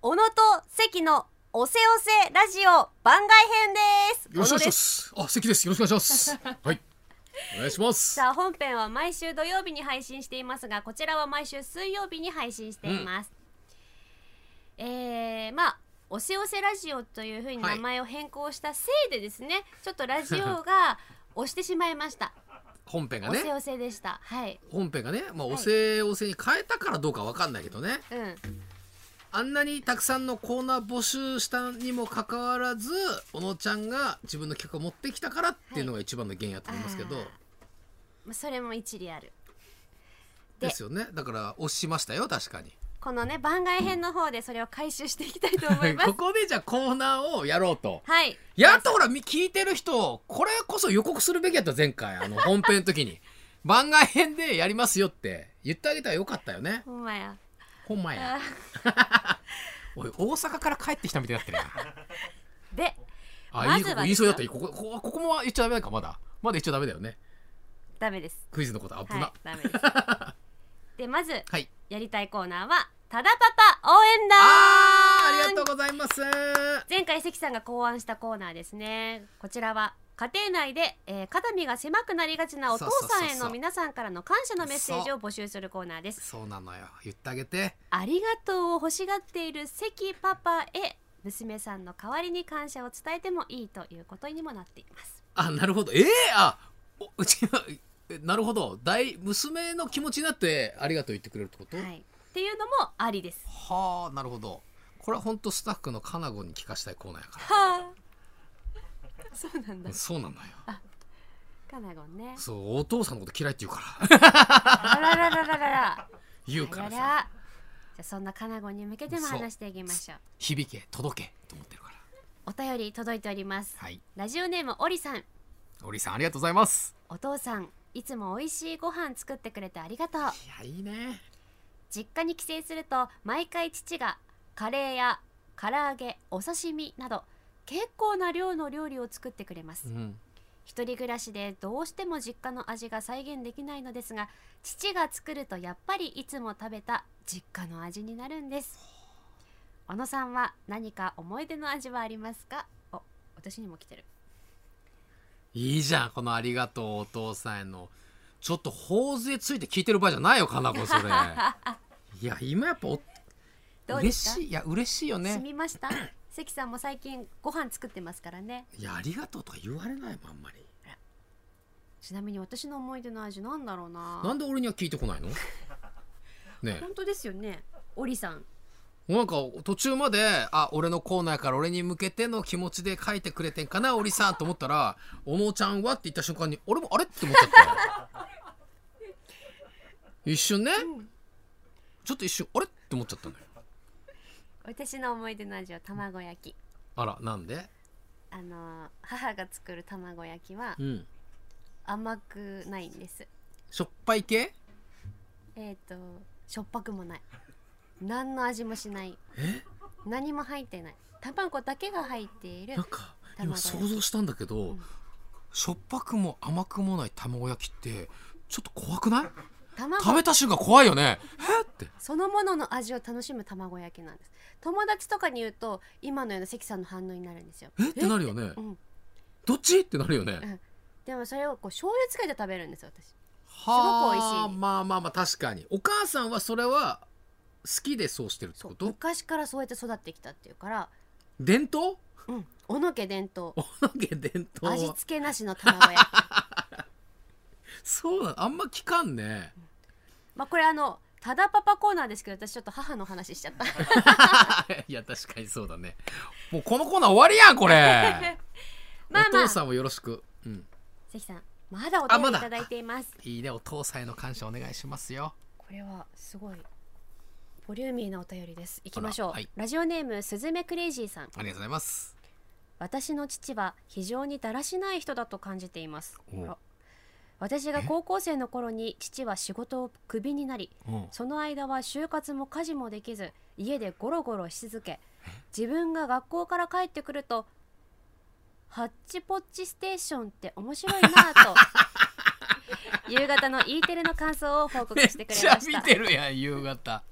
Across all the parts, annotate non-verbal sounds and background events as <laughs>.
小野と関のおせおせラジオ番外編ですよろしくお願小野いしまですす。あ、関です。よろしくお願 <laughs> いします。はい。お願いします。さあ本編は毎週土曜日に配信していますがこちらは毎週水曜日に配信しています、えー、まあおせおせラジオというふうに名前を変更したせいでですね、ちょっとラジオ <laughs> が押してしまいました、本編がおねせ、おせでしたはい本編がね、まあ、はいおせおせに変えたからどうかわかんないけどね。うんあんなにたくさんのコーナー募集したにもかかわらず、小野ちゃんが自分の企画を持ってきたからっていうのが一番の原因やと思いますけど。あーまあそれも一理あるでですよね。だから、押しましたよ、確かに。このね番外編の方でそれを回収していきたいと思います <laughs> ここでじゃあコーナーをやろうと。はいやっとほらみ聞いてる人これこそ予告するべきやった前回あの本編の <laughs> 時に番外編でやりますよって言ってあげたらよかったよねほんまやほんまや <laughs> おい大阪から帰ってきたみたいになってるやんであ、まいいずはこと言いそうだったここここここも言っちゃダメかまだまだ言っちゃダメだよねダメですクイズのこと危はいなダ <laughs> メですでまずはい、やりたいコーナーはただパパ応援団あーありがとうございます前回関さんが考案したコーナーですねこちらは家庭内で、えー肩身が狭くなりがちなお父さんへそうそうそうそのう皆さんからの感謝のメッセージを募集するコーナーですそうなのよ言ってあげてありがとうを欲しがっている関パパへ娘さんの代わりに感謝を伝えてもいいということにもなっていますあなるほどええあおうちはえなるほど大娘の気持ちになってありがとう言ってくれるってこと、はいっていうのもありですはあなるほどこれは本当スタッフのかなごに聞かしたいコーナーやかはあ <laughs> そうなんだらそうなんだよカナゴンねそうお父さんのこと嫌いって言 <laughs> うからあらららららら言うあかららじらさゃあそんなカナゴンに向けても話していきましょう響け届けと思ってるからお便り届いておりますはいラジオネームオリさんおりさんありがとうございますお父さんいつも美味しいご飯作ってくれてありがとういやいいね実家に帰省すると毎回父がカレーや唐揚げお刺身など結構な量の料理を作ってくれます、うん一人暮らしでどうしても実家の味が再現できないのですが父が作るとやっぱりいつも食べた実家の味になるんです小野さんは何か思い出の味はありますかお私にも来てるいいじゃんこのありがとうお父さんへのちょっと頬杖ついて聞いてる場合じゃないよかな <laughs> ごそれいや今やっぱおどうで嬉すかしいいや嬉しいよ済ねみました <coughs> 関さんも最近ご飯作ってますからねいやありがとうとか言われないもんあんまりちなみに私の思い出の味なんだろうななんで俺には聞いてこないのねえ本当ですよねオリさんなんか途中まであ俺のコーナーから俺に向けての気持ちで書いてくれてんかなおりさんと思ったら「おのちゃんは?」って言った瞬間に俺もあれって思っちゃった <laughs> 一瞬ね、ちょっと一瞬あれって思っちゃったのよ私の思い出の味は卵焼きあらなんであのー母が作る卵焼きはうん甘くないんですしょっぱい系えっ、としょっぱくもない何の味もしないえ何も入ってない卵だけが入っているなんか卵今焼き想像したんだけど、しょっぱくも甘くもない卵焼きってちょっと怖くない食卵べた瞬間怖いよねえってそのものの味を楽しむ卵焼きなんです友達とかに言うと今のような関さんの反応になるんですよえってなるよねうんどっちってなるよねでもそれをこう醤油つけて食べるんですよ私はすごく美味しいまあまあまあ確かにお母さんはそれは好きでそうしてるってそこうと昔からそうやって育ってきたっていうから伝統うん小野家伝統おなげ伝統味付けなしの卵 <laughs> 焼きそうなのあんま聞かんね <laughs> まあこれあのただパパコーナーですけど私ちょっと母の話しちゃったいや確かにそうだねもうこのコーナー終わりやんこ <laughs> れまあまお父あさんもよろしく、うん、関さんまだおあ便りまいだただいています、いいねお父さんへの感謝お願いしますよこれはすごいボリューミーなお便りですいきましょう、あらはいラジオネームすずめクレイジーさんありがとうございます私の父は非常にだらしない人だと感じていますおあら私が高校生の頃に父は仕事をクビになりうんその間は就活も家事もできず家でゴロゴロし続け自分が学校から帰ってくると「ハッチポッチステーションって面白いなぁ」 <laughs> と夕方の E テレの感想を報告してめくっれちゃまし見たてるやん夕方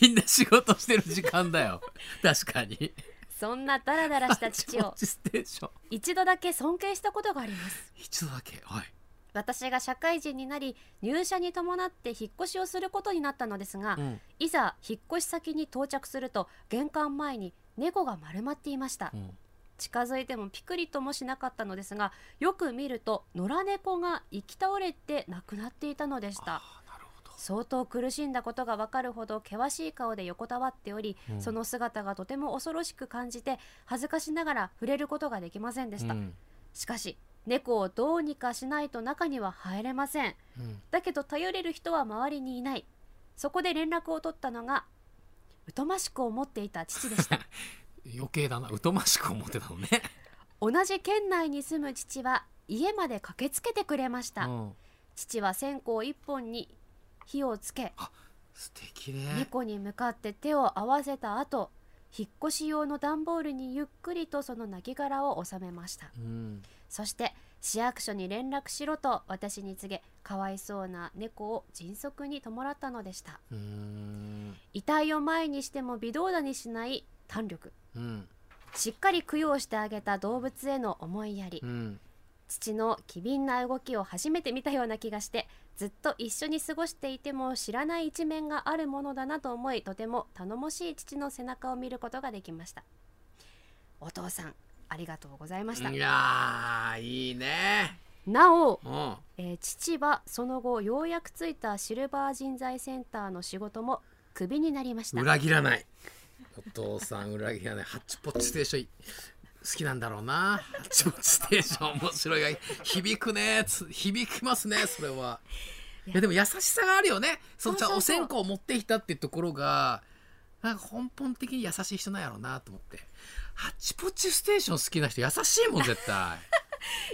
みんな仕事してる時間だ <laughs> よ確かにそんなダラダラした <laughs> 父タッチモをッチステーション一度だけ尊敬したことがあります一度だけはい私が社会人になり入社に伴って引っ越しをすることになったのですが、うんいざ引っ越し先に到着すると玄関前に猫が丸まっていましたうん近づいてもピクリともしなかったのですがよく見ると野良猫が生き倒れて亡くなっていたのでしたあーなるほど相当苦しんだことがわかるほど険しい顔で横たわっており、うんその姿がとても恐ろしく感じて恥ずかしながら触れることができませんでした、うんしかし猫をどうにかしないと中には入れませんうんだけど頼れる人は周りにいないそこで連絡を取ったのが疎ましく思っていた父でした <laughs> 余計だな疎ましく思ってたのね同じ県内に住む父は家まで駆けつけてくれました、うん父は線香一本に火をつけ素敵ね猫に向かって手を合わせた後引っ越し用の段ボールにゆっくりとその亡骸を収めましたうんそして市役所に連絡しろと私に告げかわいそうな猫を迅速に弔ったのでしたうーん遺体を前にしても微動だにしない胆力うんしっかり供養してあげた動物への思いやりうん父の機敏な動きを初めて見たような気がしてずっと一緒に過ごしていても知らない一面があるものだなと思いとても頼もしい父の背中を見ることができましたお父さんありがとうございましたいやーいいねなお、うんえー父はその後ようやくついたシルバー人材センターの仕事もクビになりました裏切らないお父さん裏切らないハッチポッチステーション好きなんだろうなハッチポッチステーション面白いが響くねつ響きますねそれはいやでも優しさがあるよねそのそうそうおそう線香を持ってきたっていうところがなんか根本的に優しい人なんやろうなと思ってハッチポッチステーション好きな人優しいもん <laughs> 絶対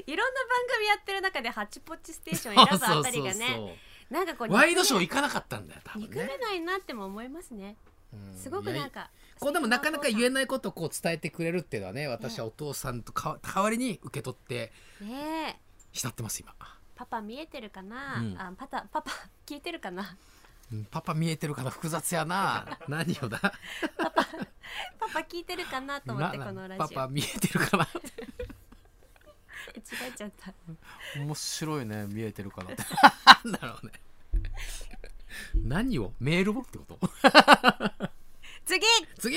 いろんな番組やってる中でハッチポッチステーション選ぶあたりがねなんかこうワイドショー行かなかったんだよ多分憎めねないなっても思いますねうんすごくいやなんかこうでもなかなか言えねないことをこう伝えてくれるっていうのはね私はお父さんとか代わりに受け取ってえ浸ってます今、パパ見えてるかな、うんあパタパパ聞いてるかな <laughs> うんパパ見えてるから複雑やな <laughs> 何をだパパ聞いてるかなと思ってなこのラジオパパ見えてるから違えちゃった <laughs> 面白いね見えてるから <laughs> なるほどね何をメールをってこと <laughs> 次次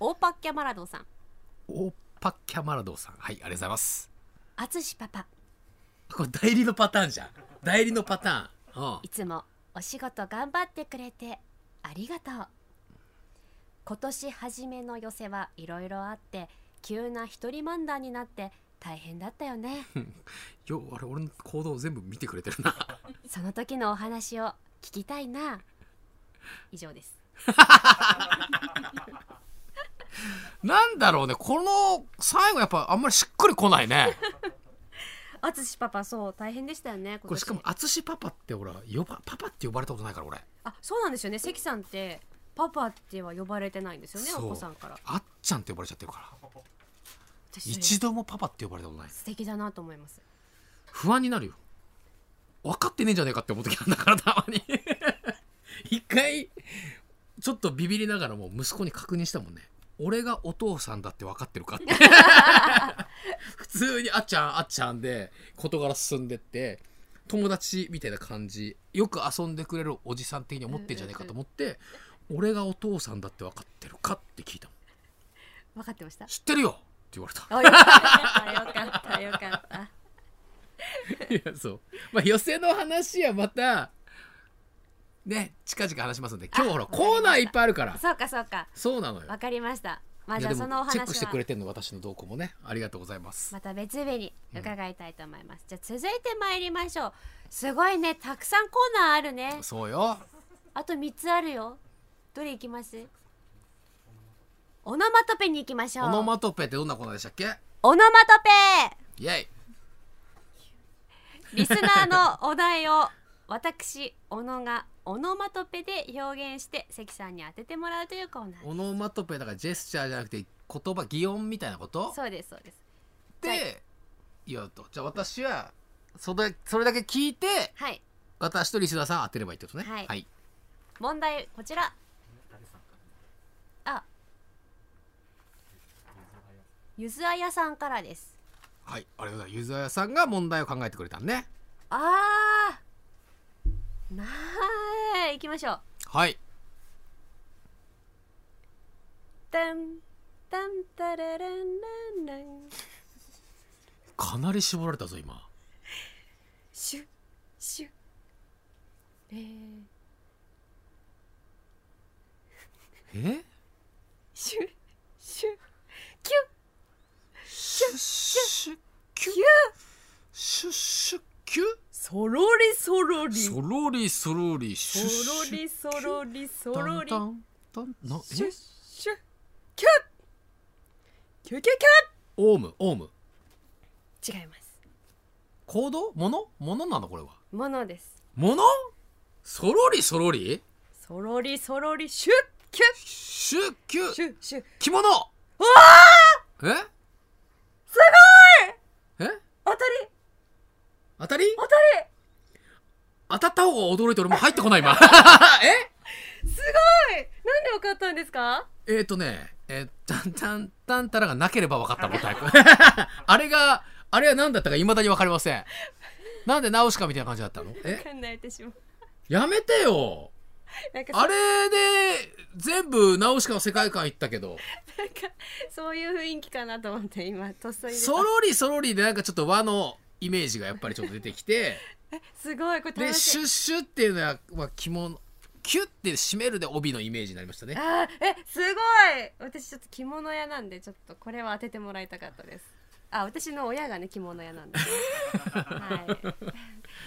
オーパッキャマラドンさんオーパッキャマラドーさんはいありがとうございますあつしパパこれ代理のパターンじゃん代理のパターン、うんい、つもお仕事頑張ってくれてありがとう今年初めの寄せはいろいろあって急な一人漫談になって大変だったよ <laughs> ねよあれ俺の行動を全部見てくれてるなその時のお話を聞きたいな以上ですなんだろうねこの最後やっぱあんまりしっくりこないねあつしパパそう大変でしたよね今 <laughs> これしかも淳パパって俺は呼ばパパって呼ばれたことないから俺あそうなんですよね関さんってパパっては呼ばれてないんですよねそうお子さんからあっちゃんって呼ばれちゃってるから私それ一度もパパって呼ばれたことない素敵だなと思います不安になるよ分かってねえんじゃねえかって思う時あるんだからたまに <laughs> 一回ちょっとビビりながらも息子に確認したもんね俺がお父さんだって分かってるかって <laughs> 普通にあっちゃんあっちゃんで事柄進んでって友達みたいな感じよく遊んでくれるおじさん的に思ってんじゃねえかと思って俺がお父さんだって分かってるかって聞いたもん分かってました知ってるよって言われたあよかったよかったよかったいやそうまあ寄せの話はまたね近々話しますんで今日ほらわかりましたコーナーいっぱいあるからそうかそうかそうなのよ分かりましたまあいじやゃあでそのおもチェックし話てくれはてんの私の動向もねありがとうございますまた別日に伺いたいと思います、じゃあ続いて参りましょうすごいねたくさんコーナーあるねそうよあと3つあるよどれいきますオノマトペに行きましょうオノマトペってどんなコーナーでしたっけオノマトペイエイリスナーのお題を <laughs> 私小野がオノマトペで表現して関さんに当ててもらうというコーナーオノマトペだからジェスチャーじゃなくて言葉擬音みたいなことそうですそうですはいで言おうとじゃあ私はそれそれだけ聞いてはい私とリスナーさん当てればいいってことねはいはい、問題こちらゆずあやさんからですはいありがとうございますゆずあやさんが問題を考えてくれたんねあーなーい行きましょうはいタンタンタラランランランかなり絞られたぞ今シュシュえー、えシュシュキシュッシュッキュュッキュシュッシュッキュッそろりそろりそそろりそろりシュッシろュッりそろりそろりタンタンタンなシュえッシュキュッキュキュオウムオウムキュッ違います行動ものものなのこれはものですものそろりそろりそろりそろりシュッキュッシュッキュッシュッシュッ着物わあえすえごい当たり当たり当た当たった方が驚いて俺も入ってこない今えりすごいなんでわかったんですかえーとね、えー、タンタンタンタラがなければ分かったも <laughs> ん、タイプ。あれが、あれは何だったか未だに分かりません。なんで直しかみたいな感じだったのわえかんない私もやめてよなんかそあれで全部直しかの世界観行ったけど、なんかそういう雰囲気かなと思って今とっさにそろりそろりでなんかちょっと和のイメージがやっぱりちょっと出てきて、すごいこれで、 <laughs> 楽しシュいッシュっていうのは、まあ、着物、キュッて締めるで帯のイメージになりましたね。あーえすごい私ちょっと着物屋なんでちょっとこれは当ててもらいたかったですあ私の親がね着物屋なん <laughs> で、は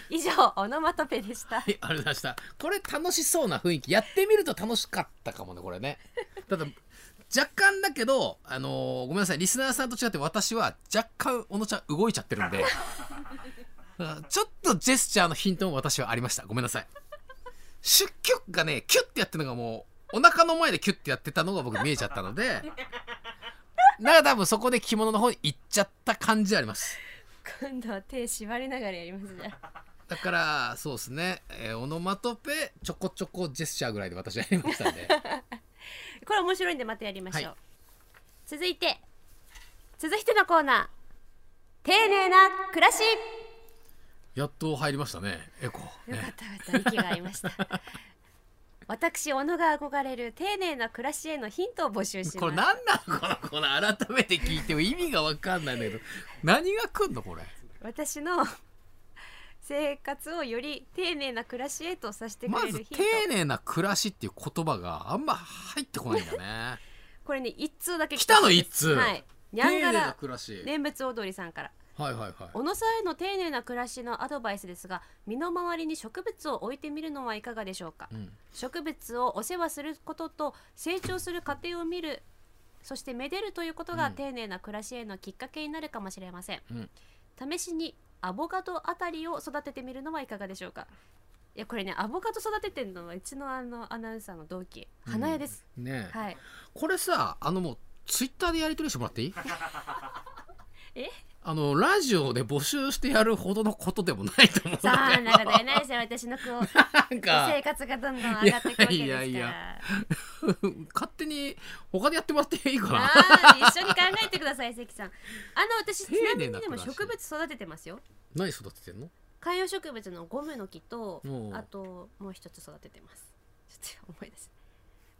い、以上オノマトペでしたはい、ありがとうございました。これ楽しそうな雰囲気。やってみると楽しかったかもね、これね。ただ、若干だけど、あのーごめんなさい、リスナーさんと違って私は若干、小野ちゃん動いちゃってるんで、 <laughs> あちょっとジェスチャーのヒントも私はありました。ごめんなさい。シュッキュッがね、キュッてやってるのがもう、お腹の前でキュッてやってたのが僕見えちゃったので、なんか多分そこで着物の方に行っちゃった感じあります。今度は手縛りながらやりますねだからそうですね、えーオノマトペちょこちょこジェスチャーぐらいで私はやりまし <laughs> たんでこれ面白いんでまたやりましょう、はい続いて続いてのコーナー丁寧な暮らしやっと入りましたねエコーよかねったよかった息が合いました <laughs> 私小野が憧れる丁寧な暮らしへのヒントを募集しますこれ何なのこのこの改めて聞いても意味が分かんないんだけど何が来んのこれ私の生活をより丁寧な暮らしへとさせてくまれずるヒン丁ト、寧な暮らしっていう言葉があんま入ってこない <laughs> んだねこれね一通だけ来たのです一通はいに丁ゃん寧がなら暮らし、念仏踊りさんからはいはいはい小野さんへの丁寧な暮らしのアドバイスですが身の回りに植物を置いてみるのはいかがでしょうかうん、植物をお世話することと成長する過程を見るそしてめでるということうがん丁寧な暮らしへのきっかけになるかもしれません、うん試しにアボカドあたりを育ててみるのはいかがでしょうかいやこれねアボカド育ててるのはうちのあのアナウンサーの同期花江です、ねえ、はいこれさあのもうツイッターでやり取りしてもらっていい <laughs> えあのラジオで募集してやるほどのことでもないと思うんだけどさあなんか出ないですよ私のこう <laughs> なんか生活がどんどん上がっていくわけですからいやいやいや <laughs> 勝手に他でやってもらっていいかなあー一緒に考えてください関さんあの私ち丁なみ寧になでも暮らし植物育ててますよ何育ててんの観葉植物のゴムの木とおうあともう一つ育ててますちょっと思い出せ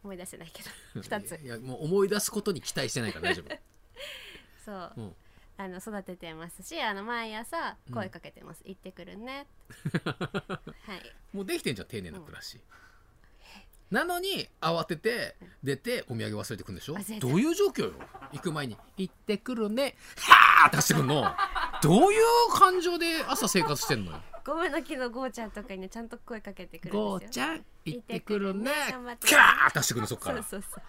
思い出せないけど <laughs> 二ついやもう思い出すことに期待してないから大丈夫そう、うんあの育ててますしあの毎朝うん声かけてます、行ってくるね <laughs> はいもうできてんじゃん丁寧な暮らし、なのに慌てて出てお土産忘れてくんでしょ忘れてたどういう状況よ行く前に「行ってくるね」はーって走ってくんのどういう感情で朝生活してんの <laughs> よゴムの木のゴーちゃんとかにねちゃんと声かけてくるんゴでーすちよゃん行ってくるね頑張ってキャーッ出してくるそっそかうらそうそう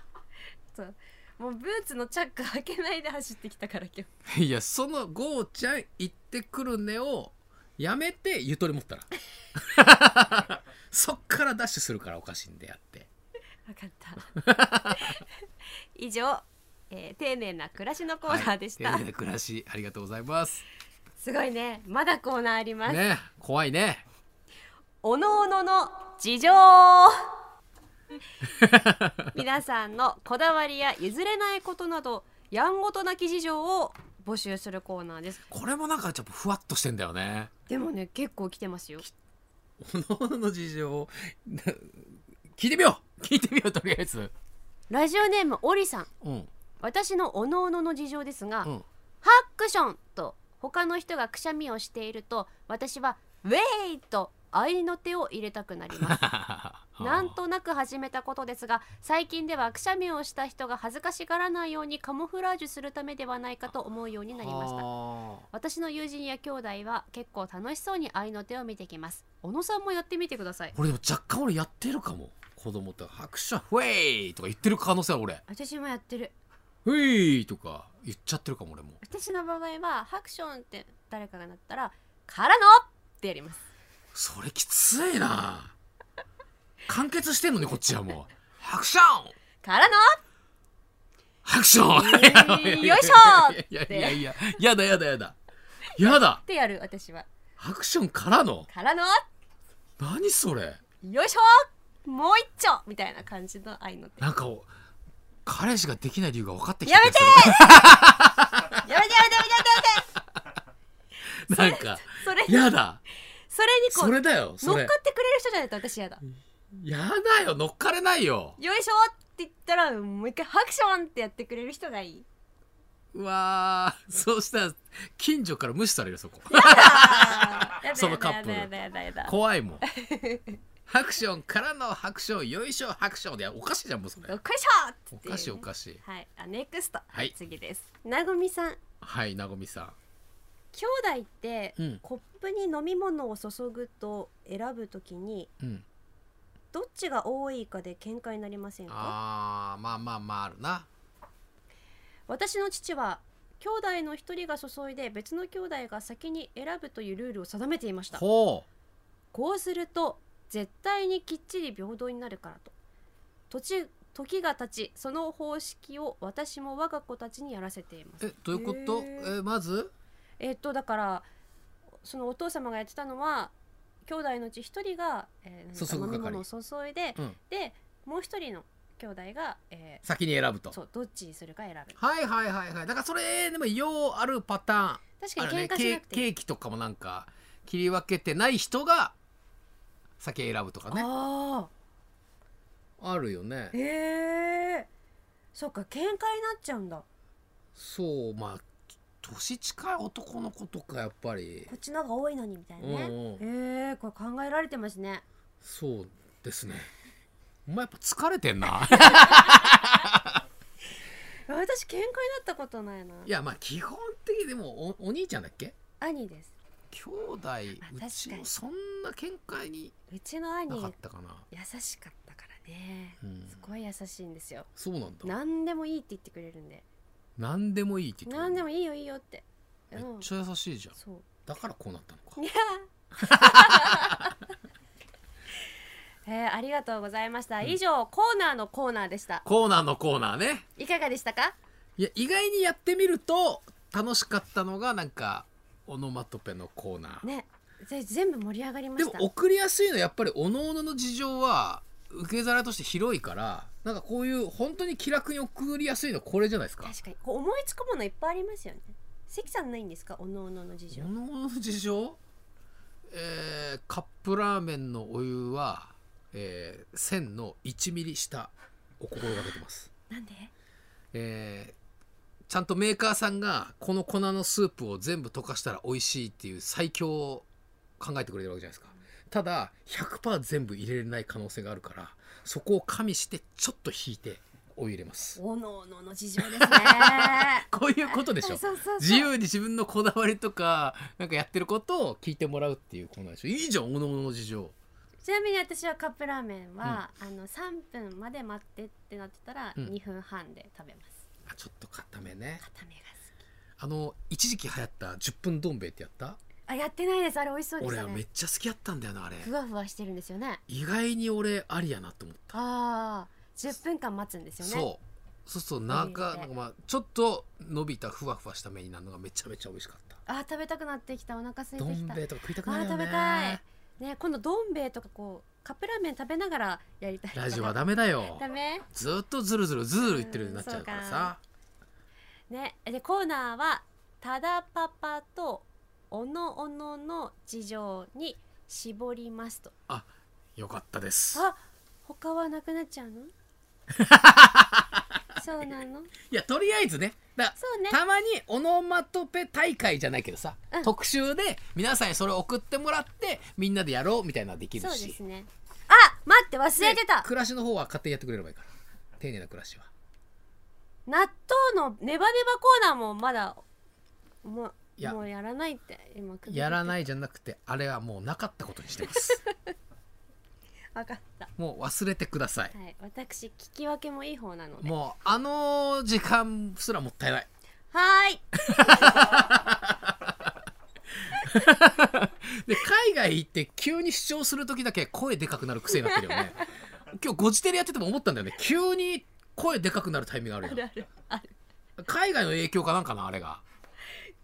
そうもうブーツのチャック開けないで走ってきたから今 <laughs> いやそのゴーちゃん行ってくるねをやめてゆとり持ったら <laughs> そっからダッシュするからおかしいんでやって日分かった <laughs> 以上、えー丁寧な暮らしのコーナーでした、はい丁寧な暮らしありがとうございますすごいねまだコーナーあります、ね怖いねおのおのの事 <laughs> 情皆さんのこだわりや譲れないことなどやんごとなき事情を募集するコーナーですこれもなんかちょっとふわっとしてんだよね <laughs> でもね結構来てますよおのおのの事情をな聞いてみよう聞いてみようとりあえずラジオネームオリさんうん私のおのおのの事情ですが、 <laughs> うんハックションと他の人がくしゃみをしていると私はウェイと合いの手を入れたくなりますなんとなく始めたことですが最近ではくしゃみをした人が恥ずかしがらないようにカモフラージュするためではないかと思うようになりましたた私の友人や兄弟は結構楽しそうに愛の手を見てきます小野さんもやってみてください俺でも若干俺やってるかも子供って拍手フェイとか言ってる可能性ある俺私もやってるフェイとか言っちゃってるかも俺も私の場合はハクションって誰かがなったらからのってやりますそれきついな完結してんのにこっちはもうハクションからのハクショえーンよいしょーいやいやいややだやだやだやだってやる私はハクションからのからの何それよいしょもう一丁みたいな感じの愛の手なんかお彼氏ができない理由が分かってきやためてやめてやめてやめてやめて <laughs> なんかめてそれやだそれにこうそれだよ乗そっれかってくれる人じゃないと私やだやだよ乗っかれないよよいしょって言ったらもう一回ハクションってやってくれる人が <laughs> いいうわーそうしたら近所から無視されるそこあーやだそのカップルやだやだやだやだ怖いもんハクションからのハクションよいしょハクションでおかしいじゃんもうそれよっこいしょっつおってかしいおかしいはいあネクストはい次ですなごみさんはいなごみさ兄弟って、うんコップに飲み物を注ぐと選ぶときにんうんどっちが多いかで喧嘩になりませんかあーまあまあまああるな私の父は兄弟の一人が注いで別の兄弟が先に選ぶというルールを定めていましたほこうすると絶対にきっちり平等になるからと時時が経ちその方式を私も我が子たちにやらせていますうえどういうことへえーまずえっとだからそのお父様がやってたのは兄弟のうち一人が、えー注ぐ飲み係物を注いで、うんでもう一人の兄弟が、え先に選ぶとーそうどっちにするか選ぶはいはいはいはいだからそれでもようあるパターンあ確かに喧嘩るねしなくていケい、ーキとかもなんか切り分けてない人が先選ぶとかねああるよねあへえそっか喧嘩になっちゃうんだこそうまあ年近い男の子とかやっぱり、っちの方が多いのにみたいなね、うんうんえー、これ考えられてますね。そうですねお前やっぱ疲れてん <laughs> な。私喧嘩になったことないないやまあ基本的にでもおお兄ちゃんだっけ兄です。兄弟まあう確ちかもにそんな見解にうちの兄なか優ったかな、しかったからね。うんす、ごい優しいんですよ。そうなんだ何でもいいって言ってくれるんで。何でもいいって言ってくれる何でもいいよいいよって。うめっん。ちゃ優しいじゃんそう。だからこうなったのかいや。えー、ありがとうございました。以上、コーナーのコーナーでした。コーナーのコーナーねいかがでしたか。いや意外にやってみると楽しかったのがなんかオノマトペのコーナー、ね。ぜ全部盛り上がりまでしもた。送りやすいのはやっぱりおののの事情は受け皿として広いからなんかこういう本当に気楽に送りやすいのこれじゃないですか確かに、こう思いつくものいっぱいありますよね。関さんないんですか、おのおのの事情お。のの事情えーカップラーメンのお湯は、えー、線の1ミリ下を心がけてますなんで。えーちゃんとメーカーさんがこの粉のスープを全部溶かしたら美味しいっていう最強を考えてくれてるわけじゃないですかただ100%全部入れれない可能性があるからそこを加味してちょっと引いてお湯入れますおのおのの事情ですね。こういう <laughs> ことでしそうょそうそう自由に自分のこだわりとかなんかやってることを聞いてもらうっていうコーナーでしょいいじゃんおのおのの事情ちなみに私はカップラーメンは、あの三分まで待ってってなってたらうん二分半で食べます。あちょっと固めね固めが好あの一時期流行った10分どん兵衛ってやったき。あやってないです。あれ美味しそうでし俺たはめねっ。ちゃ好きやったんだよなあれふわふわしてるんですよね。意外に俺ありやなと思ったああ、十分間待つんですよね。そうそうするとなおん湯入れかてなんかまあちょっと伸びたふわふわした麺になるのがめちゃめちゃ美味しかったあー食べたくなってきた。お腹空いてどきんた。兵衛とか食いたくあなーるよ食ねべたい。ね今度どん兵衛とかこうカップラーメン食べながらやりたい。ラジオはダメだよダメ。ずっとズルズルズル言ってるようになっちゃうからうんそうさね、でコーナーは「ただパパとおのおのの事情に絞ります」と。よかったですあ他はなくなっちゃう <laughs> のそうなのいやとりあえずねだそうねたまにオノマトペ大会じゃないけどさ、うん特集で皆さんにそれを送ってもらってみんなでやろうみたいなのはできそるうしですねあ待って忘れてでた暮らしの方は勝手にやってくれればいいから丁寧な暮らしは納豆のネバネバコーナーもまだもいやもうやらないって今やらないいじゃなくてあれはもうなかったことにしてます分かったもう忘れてくださいはい私聞き分けもいい方なのでもうあの時間すらもったいないはーいで海外行って急に主張する時だけ声でかくなる癖になってる <laughs> よね今日ゴジテレやってても思ったんだよね急に声でかくなるタイミングあるあよるあるある海外の影響かなんかなあれが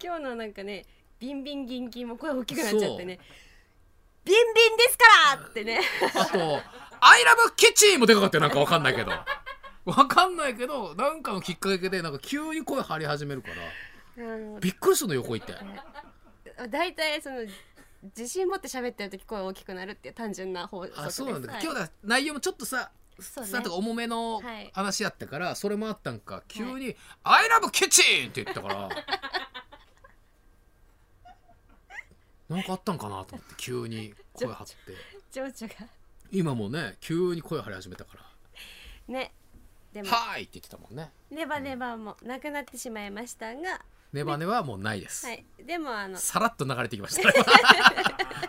今日のなんかねビンビンギンギンも声大きくなっちゃってねビンビンですからってねあと「アイラブキッチン」もでかかったよなんかわかんないけどわかんないけどなんかのきっかけでなんか急に声張り始めるか <laughs> らあのびっくりするの横行って大体その自信持って喋ってる時声大きくなるっていう単純な法則であすそうなんだ、はい今日だ内容もちょっとさそうねさとか重めのはい話やったから、それもあったんか急に「アイラブキッチン!」って言っ <laughs> たからなんかあったんかなと思って急に声張って情緒が今もね急に声張り始めたからねで「もはーい!」って言ってたもんねネバネバもなくなってしまいましたが、ネバネバはもうないです、はい、でもあのさらっと流れて <laughs> きました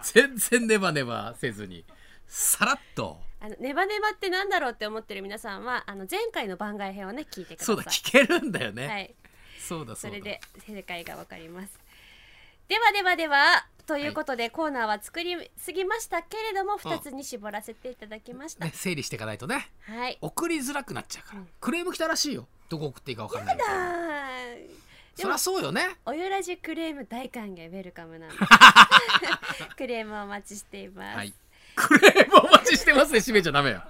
全然ネバネバせずにさらっとあのネバネバってなんだろうって思ってる皆さんはあの前回の番外編をね聞いてくださそいうだ聞けるんだよね、はい、そうだそそうだれで正解がわかりますではではではということで、コーナーは作りすぎましたけれども2つに絞らせていただきました、ね、整理していかないとねはい送りづらくなっちゃうから、うんクレーム来たらしいよどこ送っていいか分かんないみたいなはいそりゃそうよねおよらじクレーム大歓迎ウェルカ <laughs> ムなのでクレームお待ちしています、はいクレームお待ちしてますね閉めちゃダメよ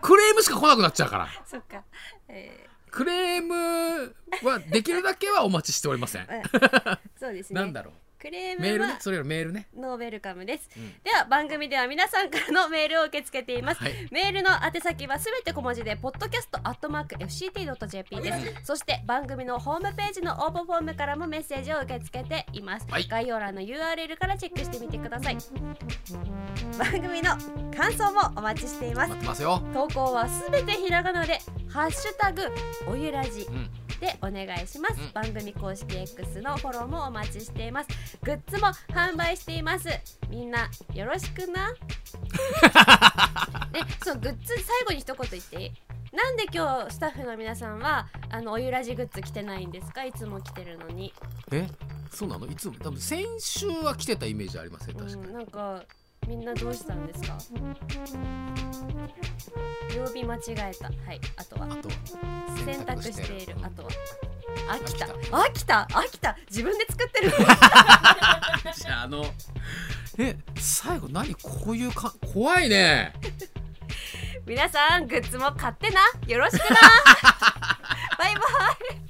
クレームしか来なくなっちゃうからそっか、えクレームはできるだけはお待ちしておりません、ーうんそうですねなんだろクレーうメームルはねそれよりメールねノーベルカムです、うんでは番組では皆さんからのメールを受け付けています、はいメールの宛先はすべて小文字で podcast.fct.jp です、そして番組のホームページの応募フォームからもメッセージを受け付けています、はい概要欄の URL からチェックしてみてください番組の感想もお待ちしています待ってますよ投稿はすべてひらがなでハッシュタグおゆらじうんでお願いします、うん番組公式 X のフォローもお待ちしていますグッズも販売していますみんなよろしく <laughs> なね、そのグッズ最後に一言言っていいなんで今日スタッフの皆さんはあのおゆらじグッズ着てないんですかいつも着てるのに、えそうなのいつも多分先週は来てたイメージありません確かに、うん、なんかみんなどうしたんです <laughs> か曜日間違えたはいあとはあとは選択しているうんあとは飽きた飽飽きた飽きた自分で作ってる <laughs> じゃああのえ最後何こういうか怖いね <laughs> 皆さんグッズも買ってなよろしくなバイバイ